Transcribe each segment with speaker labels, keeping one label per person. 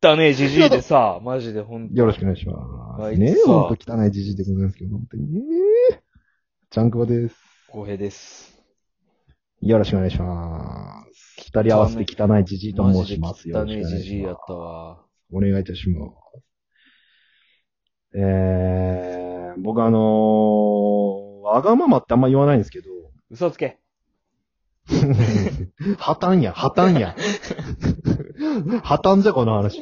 Speaker 1: 汚ねえじじいでさ、マジでほんと。
Speaker 2: よろしくお願いしま
Speaker 1: あ
Speaker 2: す。
Speaker 1: いつ
Speaker 2: ねえ、
Speaker 1: さ
Speaker 2: ほんと汚いじじいでございますけど、本当にね。ちゃんくぼです。
Speaker 1: 公平です。
Speaker 2: よろしくお願いします。二人合わせて汚いじじいと
Speaker 1: マ
Speaker 2: 申
Speaker 1: ジ
Speaker 2: し
Speaker 1: で
Speaker 2: ます。よ
Speaker 1: 汚
Speaker 2: ろし
Speaker 1: ねえ
Speaker 2: くお願
Speaker 1: じ
Speaker 2: い
Speaker 1: じ
Speaker 2: し
Speaker 1: いや
Speaker 2: ま
Speaker 1: っ
Speaker 2: す。
Speaker 1: たわ。
Speaker 2: お願いいたします。えー、僕あのー、わがままってあんま言わないんですけど、
Speaker 1: 嘘つけ。
Speaker 2: 破綻や、破 綻や。破綻じゃ、この話。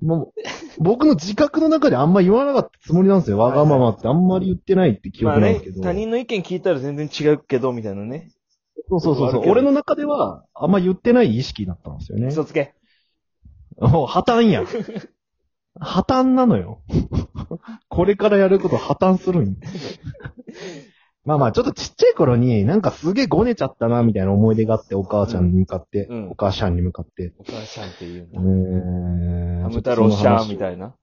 Speaker 2: もう、僕の自覚の中であんま言わなかったつもりなんですよ。わがままってあんまり言ってないって記
Speaker 1: ま
Speaker 2: 憶
Speaker 1: あ
Speaker 2: なん
Speaker 1: ね
Speaker 2: ですけど。、
Speaker 1: 他人の意見聞いたら全然違うけど、みたいなね。
Speaker 2: そうそうそう
Speaker 1: ある
Speaker 2: そ
Speaker 1: け
Speaker 2: う。
Speaker 1: ど
Speaker 2: 俺の中では、あんま言ってない意識だったんですよね。
Speaker 1: 嘘つけ。
Speaker 2: もう破綻や。破綻なのよ。これからやること破綻するんよまあまあ、ちょっとちっちゃい頃に、なんかすげえごねちゃったな、みたいな思い出があって、お母ちゃんに向かって、
Speaker 1: うんうん
Speaker 2: お母ちゃんに向かって、
Speaker 1: お母ちゃんって言うんだ。ハ
Speaker 2: ハ
Speaker 1: ム太郎シャーみたいな。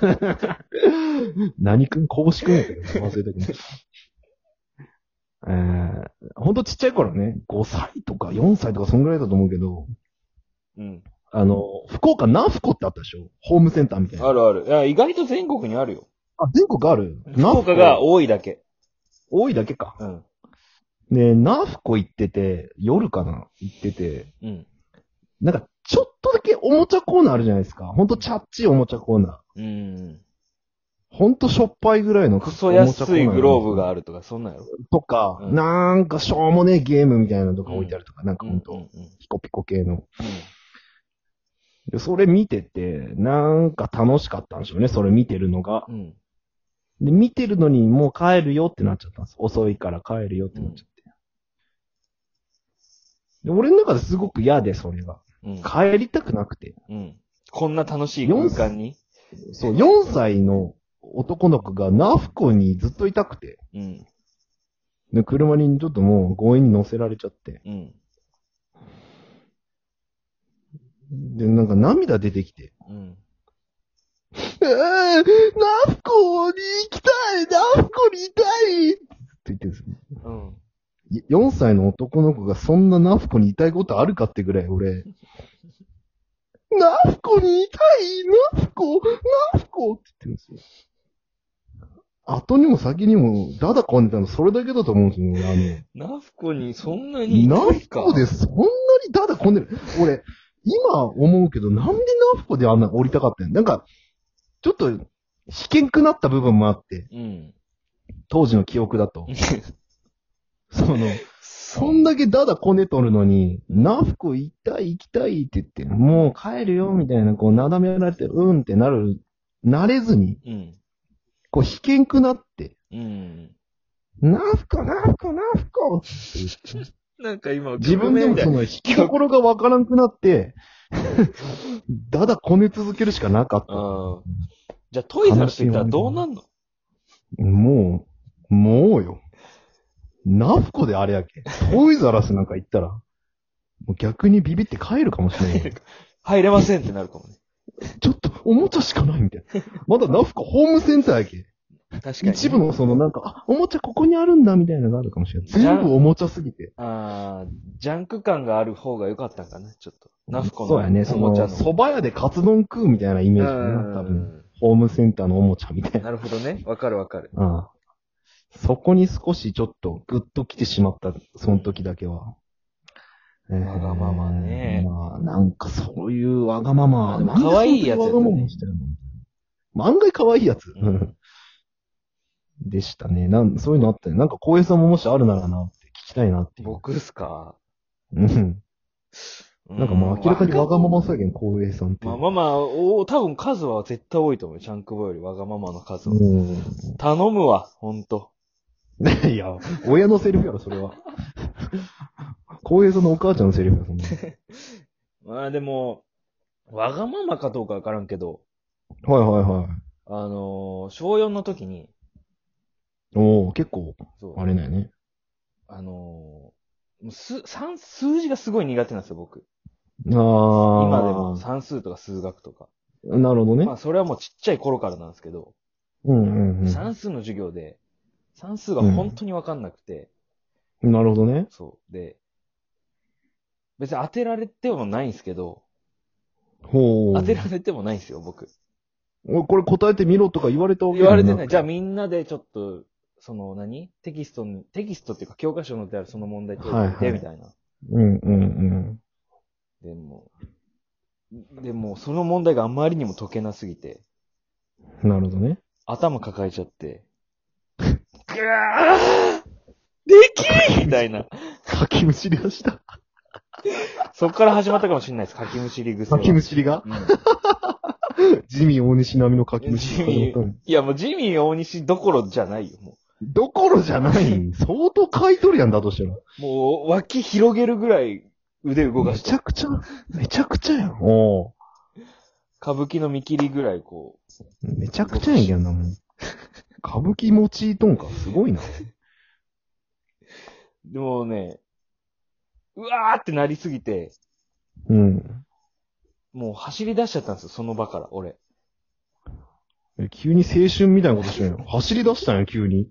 Speaker 2: な。 何くん公式くんやけど、忘れたけど。えー、ほんとちっちゃい頃ね、5歳とか4歳とかそんぐらいだと思うけど、
Speaker 1: うん。
Speaker 2: あの、福岡南福ってあったでしょホームセンターみたいな。
Speaker 1: あるある。いや、意外と全国にあるよ。
Speaker 2: あ、全国ある
Speaker 1: 福岡が
Speaker 2: 南
Speaker 1: 多いだけ。
Speaker 2: 多いだけか。
Speaker 1: うん。
Speaker 2: で、南福行ってて、夜かな行ってて、
Speaker 1: うん。
Speaker 2: なんかちょっとだけおもちゃコーナーあるじゃないですか。ほんとチャッチいおもちゃコーナー。
Speaker 1: うん。
Speaker 2: ほんとしょっぱいぐらいの
Speaker 1: クソ安いグローブ
Speaker 2: が
Speaker 1: があるとか、そんなんやろ。
Speaker 2: とか、
Speaker 1: うん
Speaker 2: なんかしょうもねえゲームみたいなのとか置いてあるとか、なんかほん
Speaker 1: うんう
Speaker 2: と、
Speaker 1: んうん
Speaker 2: ピコピコ系の。で、それ見てて、なんか楽しかったんでしょうね、それ見てるのが。
Speaker 1: うん。うん。
Speaker 2: で、見てるのにもう帰るよってなっちゃったんです。遅いから帰るよってなっちゃって。で俺の中ですごく嫌で、それが。
Speaker 1: うん。
Speaker 2: 帰りたくなくて。
Speaker 1: うん。こんな楽しい空間に。
Speaker 2: そう、4歳の男の子がナフコにずっといたくて。
Speaker 1: うん。
Speaker 2: で、車にちょっともう強引に乗せられちゃって。
Speaker 1: うん。
Speaker 2: で、なんか涙出てきて。
Speaker 1: うん。
Speaker 2: うーんナフコに行きたいナフコにいたいって言ってるんです
Speaker 1: うん。
Speaker 2: よ。4歳の男の子がそんなナフコにいたいことあるかってぐらい俺、ナフコにいたいナフコナフコって言ってるんですよ。後にも先にも、ダダこんでたのそれだけだと思うんですよ、俺あの。
Speaker 1: ナフコにそんなにい
Speaker 2: ナ
Speaker 1: たい
Speaker 2: フ
Speaker 1: か。
Speaker 2: コでそんなにダダ混んでる。俺、今思うけど、なんでナフコであんな降りたかったんなんか、ちょっと、危険くなった部分もあって、
Speaker 1: うん。
Speaker 2: 当時の記憶だと。その、そん
Speaker 1: な、
Speaker 2: だけダダこねとるのに、ナフコ行きたい行きたいって言って、もう帰るよみたいな、こう、なだめられて、うんってなる、なれずに、
Speaker 1: うん。
Speaker 2: こう、危険くなって、
Speaker 1: うん。
Speaker 2: ナフコ、ナフコ、ナフコって言って
Speaker 1: なんか今、
Speaker 2: 自分でも
Speaker 1: だ
Speaker 2: その引き心がわからんくなって、 だだこね続けるしかなかった。
Speaker 1: うん。じゃあ、トイザらス行ったらどうなんの
Speaker 2: もう、もうよ。ナフコであれやけ。トイザらスなんか行ったら、もう逆にビビって帰るかもしれない。
Speaker 1: 入れませんってなるかもね。
Speaker 2: ちょっとおもちゃしかないみたいな。まだナフコホームセンターやけ。
Speaker 1: 確かにね。
Speaker 2: 一部のそのなんか、あ、おもちゃここにあるんだみたいなのがあるかもしれない。全部おもちゃすぎて。
Speaker 1: あージャンク感がある方が良かったんかな、ちょっと。ナフコの。
Speaker 2: そうやね。その、
Speaker 1: おもちゃ
Speaker 2: 蕎麦屋でカツ丼食うみたいなイメージかな、多
Speaker 1: う
Speaker 2: 分。
Speaker 1: ん
Speaker 2: ホームセンターのおもちゃみたいな。
Speaker 1: なるほどね。わかるわかる。
Speaker 2: ああそこに少しちょっとグッと来てしまった、その時だけは。わ
Speaker 1: わがままね
Speaker 2: まあ、なんかそういうわがまま。
Speaker 1: あでも可愛いやつだね
Speaker 2: なんでそんなわがまましてるの案外可愛いやつ。
Speaker 1: うん
Speaker 2: でしたね。なん、そういうのあったね。なんか光栄さんももしあるならなって聞きたいなっていう。
Speaker 1: 僕っすか
Speaker 2: うん。
Speaker 1: う
Speaker 2: なんかまあ明らかにわがままさげん、光栄さんって。
Speaker 1: まあまあまあ、お多分数は絶対多いと思う。チャンクボよりわがままの数は。
Speaker 2: う
Speaker 1: 頼むわ、ほんと。
Speaker 2: ん。い や、親のセリフやろ、それは。光栄さんのお母ちゃんのセリフや、そんなの。
Speaker 1: まあでも、わがままかどうかわからんけど、
Speaker 2: はいはいはい。
Speaker 1: あのー小4の時に、
Speaker 2: おお結構、
Speaker 1: そう、
Speaker 2: あれだよね。
Speaker 1: あのーもうす算数字がすごい苦手なんですよ、僕。
Speaker 2: ああ。
Speaker 1: 今でも算数とか数学とか。
Speaker 2: なるほどね
Speaker 1: ま。あそれはもうちっちゃい頃からなんですけど、
Speaker 2: うんうんうん。
Speaker 1: 算数の授業で、算数が本当にわかんなくて、
Speaker 2: なるほどね。
Speaker 1: そう。で、別に当てられてもないんですけど、
Speaker 2: ほう。
Speaker 1: 当てられてもないんですよ、僕。
Speaker 2: おいこれ答えてみろとか言われたわけ
Speaker 1: 言われてない。じゃあ
Speaker 2: あ、
Speaker 1: みんなでちょっと、その何テキストに、テキストっていうか教科書に載ってあるその問題解いて、
Speaker 2: はいはい
Speaker 1: みたいな。
Speaker 2: うんうん
Speaker 1: でも、でもその問題があまりにも解けなすぎて、
Speaker 2: うん。なるほどね。
Speaker 1: 頭抱えちゃ って、ぐわーできーみたいな。
Speaker 2: かきむしりがした。
Speaker 1: そっから始まったかもしれないです。かきむしり癖は。
Speaker 2: かきむしりが
Speaker 1: うん
Speaker 2: ジミー大西並みのかきむし
Speaker 1: ジ
Speaker 2: り
Speaker 1: ミー、いやもうジミー大西どころじゃないよ、も
Speaker 2: どころじゃない。相当買い取るやんだとしたら。
Speaker 1: う。もう脇広げるぐらい腕動か
Speaker 2: め
Speaker 1: し
Speaker 2: ち
Speaker 1: て、
Speaker 2: ゃくちゃ、めちゃくちゃやん。お
Speaker 1: 歌舞伎の見切りぐらいこう、
Speaker 2: めちゃくちゃやんけどな、 もう。歌舞伎用いとんか、すごいな。
Speaker 1: でもね、うわーってなりすぎて、
Speaker 2: うん。
Speaker 1: もう走り出しちゃったんですよ、その場から、俺。
Speaker 2: え急に青春みたいなことしてんよ。走り出したんよ、急に。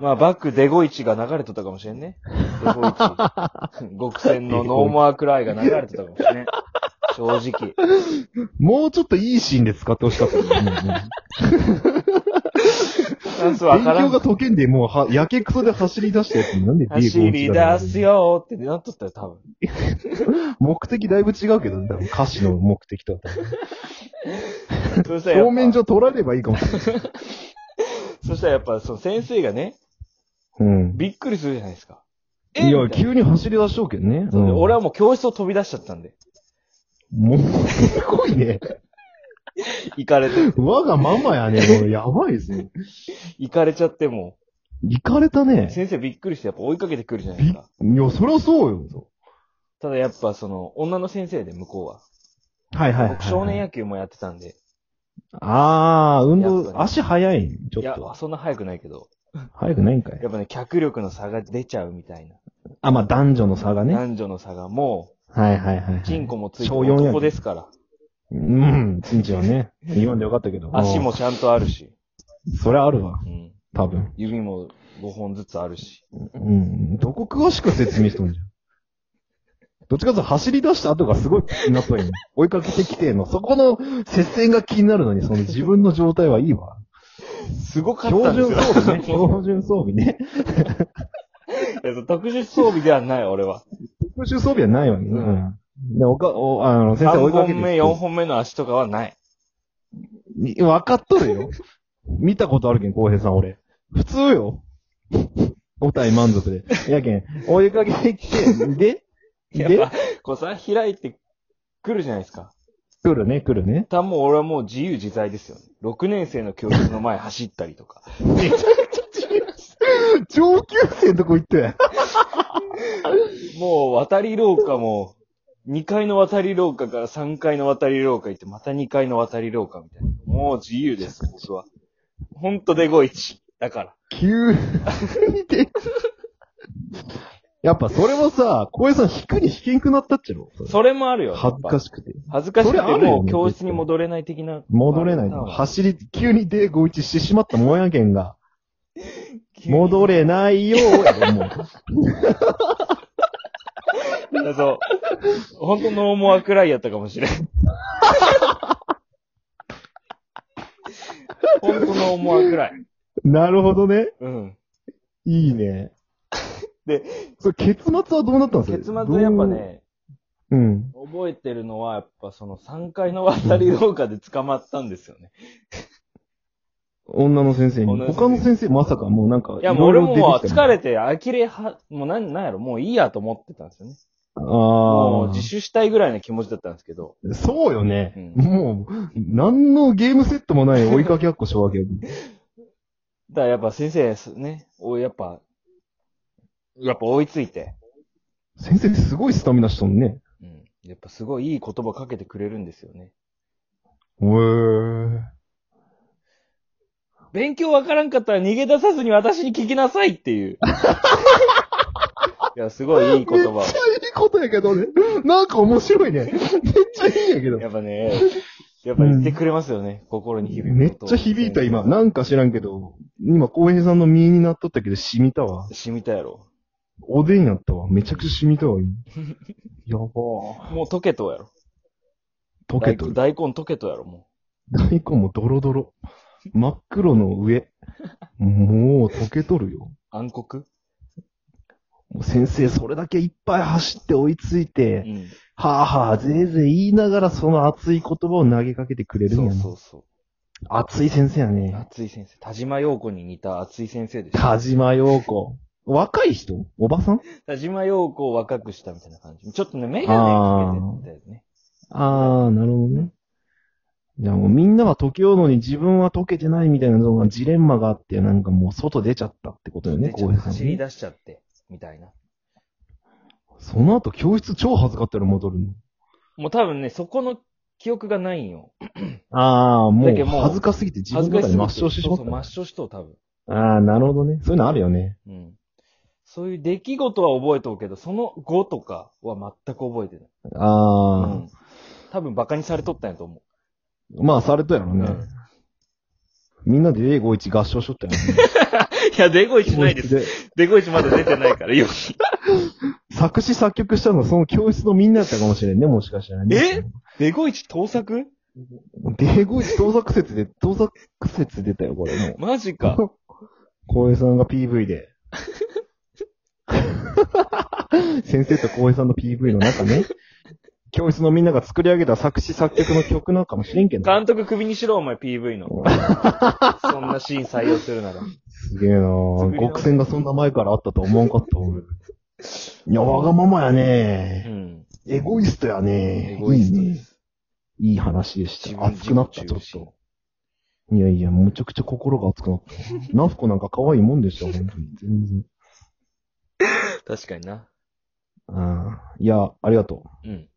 Speaker 1: まあ、バックデゴイチが流れとったかもしれんね。デゴイチ。 極戦のノーマークライが流れとったかもしれん。正直。
Speaker 2: もうちょっといいシーンで使ってほしかったね。もうね
Speaker 1: なんす わ
Speaker 2: 勉
Speaker 1: から
Speaker 2: 強
Speaker 1: ん
Speaker 2: が。解けんで、もうは、やけくそで走り出したやつになんで
Speaker 1: 走り出す
Speaker 2: よ。
Speaker 1: よーってなっとったよ、多分。
Speaker 2: 目的だいぶ違うけどね、多分歌詞の目的とは。
Speaker 1: そしたらやっぱ
Speaker 2: 表面上取られればいいかもしれない。
Speaker 1: そしたらやっぱ、その先生がね、
Speaker 2: うん。
Speaker 1: びっくりするじゃないですか。え
Speaker 2: いや、
Speaker 1: みたいな
Speaker 2: 急に走り出しとうけどね。
Speaker 1: そううんで俺はもう教室を飛び出しちゃったんで。
Speaker 2: もう、すごいね。
Speaker 1: 行かれて、
Speaker 2: 我がままやね。 もうやばいですね。
Speaker 1: 行かれちゃっても
Speaker 2: 行かれた
Speaker 1: う、
Speaker 2: ね。
Speaker 1: 先生びっくりしてやっぱ追いかけてくるじゃないで
Speaker 2: び
Speaker 1: す
Speaker 2: い
Speaker 1: か。
Speaker 2: や、そりゃそうよ。
Speaker 1: ただやっぱその、女の先生で向こうは。
Speaker 2: はいはいはい、
Speaker 1: 僕少年野球もやってたんで。
Speaker 2: ああ、運
Speaker 1: やっぱ
Speaker 2: 動、
Speaker 1: り
Speaker 2: 足速い。ちょ
Speaker 1: い
Speaker 2: っ
Speaker 1: や、
Speaker 2: と。
Speaker 1: そんな早くないけど。
Speaker 2: 速くないんかい
Speaker 1: や。っぱね、脚力の差が出ちゃうみたいな。
Speaker 2: あ、まあ男女の差がね。はい
Speaker 1: 男女の差がも
Speaker 2: はいはいは
Speaker 1: う、
Speaker 2: い。
Speaker 1: チンコもついて
Speaker 2: 小四やね
Speaker 1: 男ですから。
Speaker 2: うん、チンチン はね。言わんでよかったけど。
Speaker 1: 足もちゃんとあるし、
Speaker 2: うん。それあるわ。
Speaker 1: うん、
Speaker 2: 多分。
Speaker 1: 指も5本ずつあるし。
Speaker 2: うん。どこ詳しく説明しとんじゃん。どっちかというと走り出した後がすごい気にな ったよ。追いかけてきてんの。そこの接戦が気になるのに、その自分の状態はいいわ。
Speaker 1: すごかっ
Speaker 2: 標
Speaker 1: たんで
Speaker 2: 準
Speaker 1: すよ。
Speaker 2: 装備ね。標準装備ね。
Speaker 1: いやそう特殊装備ではない、俺は。
Speaker 2: 標準装備はないわけね。うん。で、おか、お、あの、先生追
Speaker 1: 3
Speaker 2: いかけて
Speaker 1: 本
Speaker 2: き
Speaker 1: 目、
Speaker 2: て。
Speaker 1: 4本目の足とかはない。
Speaker 2: に分かっとるよ。見たことあるけん、浩平さん、俺。普通よ。五体満足で。やけん、追いかけてきて、で、
Speaker 1: や
Speaker 2: で
Speaker 1: っぱ、こうさ、開いてくるじゃないですか。
Speaker 2: 来るね、来るね。
Speaker 1: たもう俺はもう自由自在ですよね。6年生の教室の前走ったりとか。めちゃくちゃ自由
Speaker 2: 上級生のとこ行って。
Speaker 1: もう渡り廊下も、2階の渡り廊下から3階の渡り廊下行って、また2階の渡り廊下みたいな。もう自由です、僕は。ほんとデゴイチ。だから。
Speaker 2: 急にで。やっぱそれもさ、浩平さん引くに引けんくなったっちゃろ。
Speaker 1: それもあるよ。
Speaker 2: 恥ずか
Speaker 1: しい。
Speaker 2: しくて。
Speaker 1: 恥ずかしくて
Speaker 2: それあるよ
Speaker 1: もう
Speaker 2: ね
Speaker 1: 教室に戻れない的な。
Speaker 2: 戻れない。走り、急にでご一してしまったもんやけんが。戻
Speaker 1: れ。
Speaker 2: れないよ、やろもう。
Speaker 1: そう。ほんとノーモアくらいやったかもし れん。ほんとノーモアくらい。
Speaker 2: なるほどね。
Speaker 1: うん。
Speaker 2: いいね。
Speaker 1: で、
Speaker 2: それ結末はどうなったんですか
Speaker 1: 結末はやっぱ。ね、
Speaker 2: どううん。
Speaker 1: 覚えてるのは、やっぱその3階の渡り廊下で捕まったんですよね。
Speaker 2: 女の先生に。
Speaker 1: 女の先生
Speaker 2: 他の先生まさかもうなんか。
Speaker 1: いや、もう俺ももう疲
Speaker 2: れ。
Speaker 1: れて、呆れは、もうなん、なんやろ、もういいやと思ってたんですよね。も
Speaker 2: あ
Speaker 1: う
Speaker 2: あ。
Speaker 1: 自首したいぐらいの気持ちだったんですけど、
Speaker 2: そうよね。
Speaker 1: うん
Speaker 2: もう、何のゲームセットもない追いかけやっこしたわけよ。
Speaker 1: だからやっぱ先生ですね、おやっぱ、やっぱ追いついて、
Speaker 2: 先生すごいスタミナしとんね。
Speaker 1: うん。やっぱすごいいい言葉かけてくれるんですよね。
Speaker 2: へー。
Speaker 1: 勉強わからんかったら逃げ出さずに私に聞きなさいって いう。いや、すごいいい言葉を
Speaker 2: めっち。ゃいいことやけどね。なんか面白いね。めっちゃいいんやけど。
Speaker 1: やっぱね、 やっぱ言ってくれますよね、心に響く。
Speaker 2: めっちゃ響いた今。。なんか知らんけど、今、浩平さんの身になっとったけど、染みたわ。
Speaker 1: 染みたやろ。
Speaker 2: おでんやったわ。めちゃくちゃ染みたわ、今 やばー。
Speaker 1: もう溶けとうやろ。
Speaker 2: 溶けとる。
Speaker 1: 大根溶けとうやろ、も
Speaker 2: 大根もドロドロ。真っ黒の上。もう溶けとるよ。
Speaker 1: う。暗黒
Speaker 2: もう先生、それだけいっぱい走って追いついうて、
Speaker 1: ん。
Speaker 2: はあはあ、ぜいぜい言いながらその熱い言葉を投げかけてくれるん
Speaker 1: そ
Speaker 2: や
Speaker 1: う
Speaker 2: な。
Speaker 1: そうそ
Speaker 2: 熱い先生や
Speaker 1: う。
Speaker 2: ね。
Speaker 1: 熱い先生。田島陽子に似た熱い先生でしょ。
Speaker 2: 田島陽子。若い人おばさん
Speaker 1: 田島陽子を若くしたみたいな感じ。ちょっとね、メガネかけてたよね。
Speaker 2: あー、なるほどね。じゃあもうみんなは溶けようのに自分は溶けてないみたいなのがジレンマがあって、なんかもう外出ちゃったってことよね、
Speaker 1: でち
Speaker 2: 浩
Speaker 1: ょっと
Speaker 2: 平さん
Speaker 1: 走
Speaker 2: ね、
Speaker 1: り出しちゃって、みたいな。
Speaker 2: その後教室超恥ずかったら戻るの。
Speaker 1: もう多分ね、そこの記憶がないんよ。
Speaker 2: あー、も
Speaker 1: だ
Speaker 2: う
Speaker 1: けどもう
Speaker 2: 恥ずかしすぎて自
Speaker 1: 恥
Speaker 2: 分
Speaker 1: ず
Speaker 2: の
Speaker 1: かし
Speaker 2: 中
Speaker 1: す
Speaker 2: で
Speaker 1: ぎて
Speaker 2: 抹消してしま
Speaker 1: そう
Speaker 2: っ
Speaker 1: そ
Speaker 2: た
Speaker 1: う、。抹消しとう、多分。
Speaker 2: あー、なるほどね。そういうのあるよね。
Speaker 1: うん。そういう出来事は覚えとうけど、その後とかは全く覚えてない。う
Speaker 2: あ
Speaker 1: ん。多分バカにされとったんやと思
Speaker 2: ー、まあされたやろ
Speaker 1: う。
Speaker 2: ね。みんなで A51 合唱しと ったよね。
Speaker 1: いや、デゴイチない です。
Speaker 2: で
Speaker 1: デゴイチまだ出てないから、よし。
Speaker 2: 作詞作曲したのはその教室のみんなやったかもしれんね、もしかしたらね。
Speaker 1: デゴイチ盗作
Speaker 2: えゴイチ盗作説で、盗作説出たよ、これもう。
Speaker 1: マジか。
Speaker 2: 浩平さんが PV で。先生と浩平さんの PV の中ね。教室のみんなが作り上げた作詞作曲の曲なんかもしれんけど。
Speaker 1: 監督首にしろ、お前 PV の。そんなシーン採用するなら。
Speaker 2: すげえな
Speaker 1: 作り直
Speaker 2: ぁ。
Speaker 1: し
Speaker 2: 極戦がそんな前からあったとは思わんかった、俺。いや、わがままや
Speaker 1: う
Speaker 2: ね
Speaker 1: ん。
Speaker 2: エゴイストや
Speaker 1: エ
Speaker 2: ね
Speaker 1: ゴイスト
Speaker 2: いい
Speaker 1: で
Speaker 2: ね。
Speaker 1: す。
Speaker 2: いい話でし
Speaker 1: 自
Speaker 2: た。
Speaker 1: 分
Speaker 2: 熱くなった、ちょっと。いやいや、むちゃくちゃ心が熱くなった。ナフコなんか可愛いもんでした、本当に。全然。
Speaker 1: 確かにな。
Speaker 2: ああ。いや、ありがとう。
Speaker 1: うん。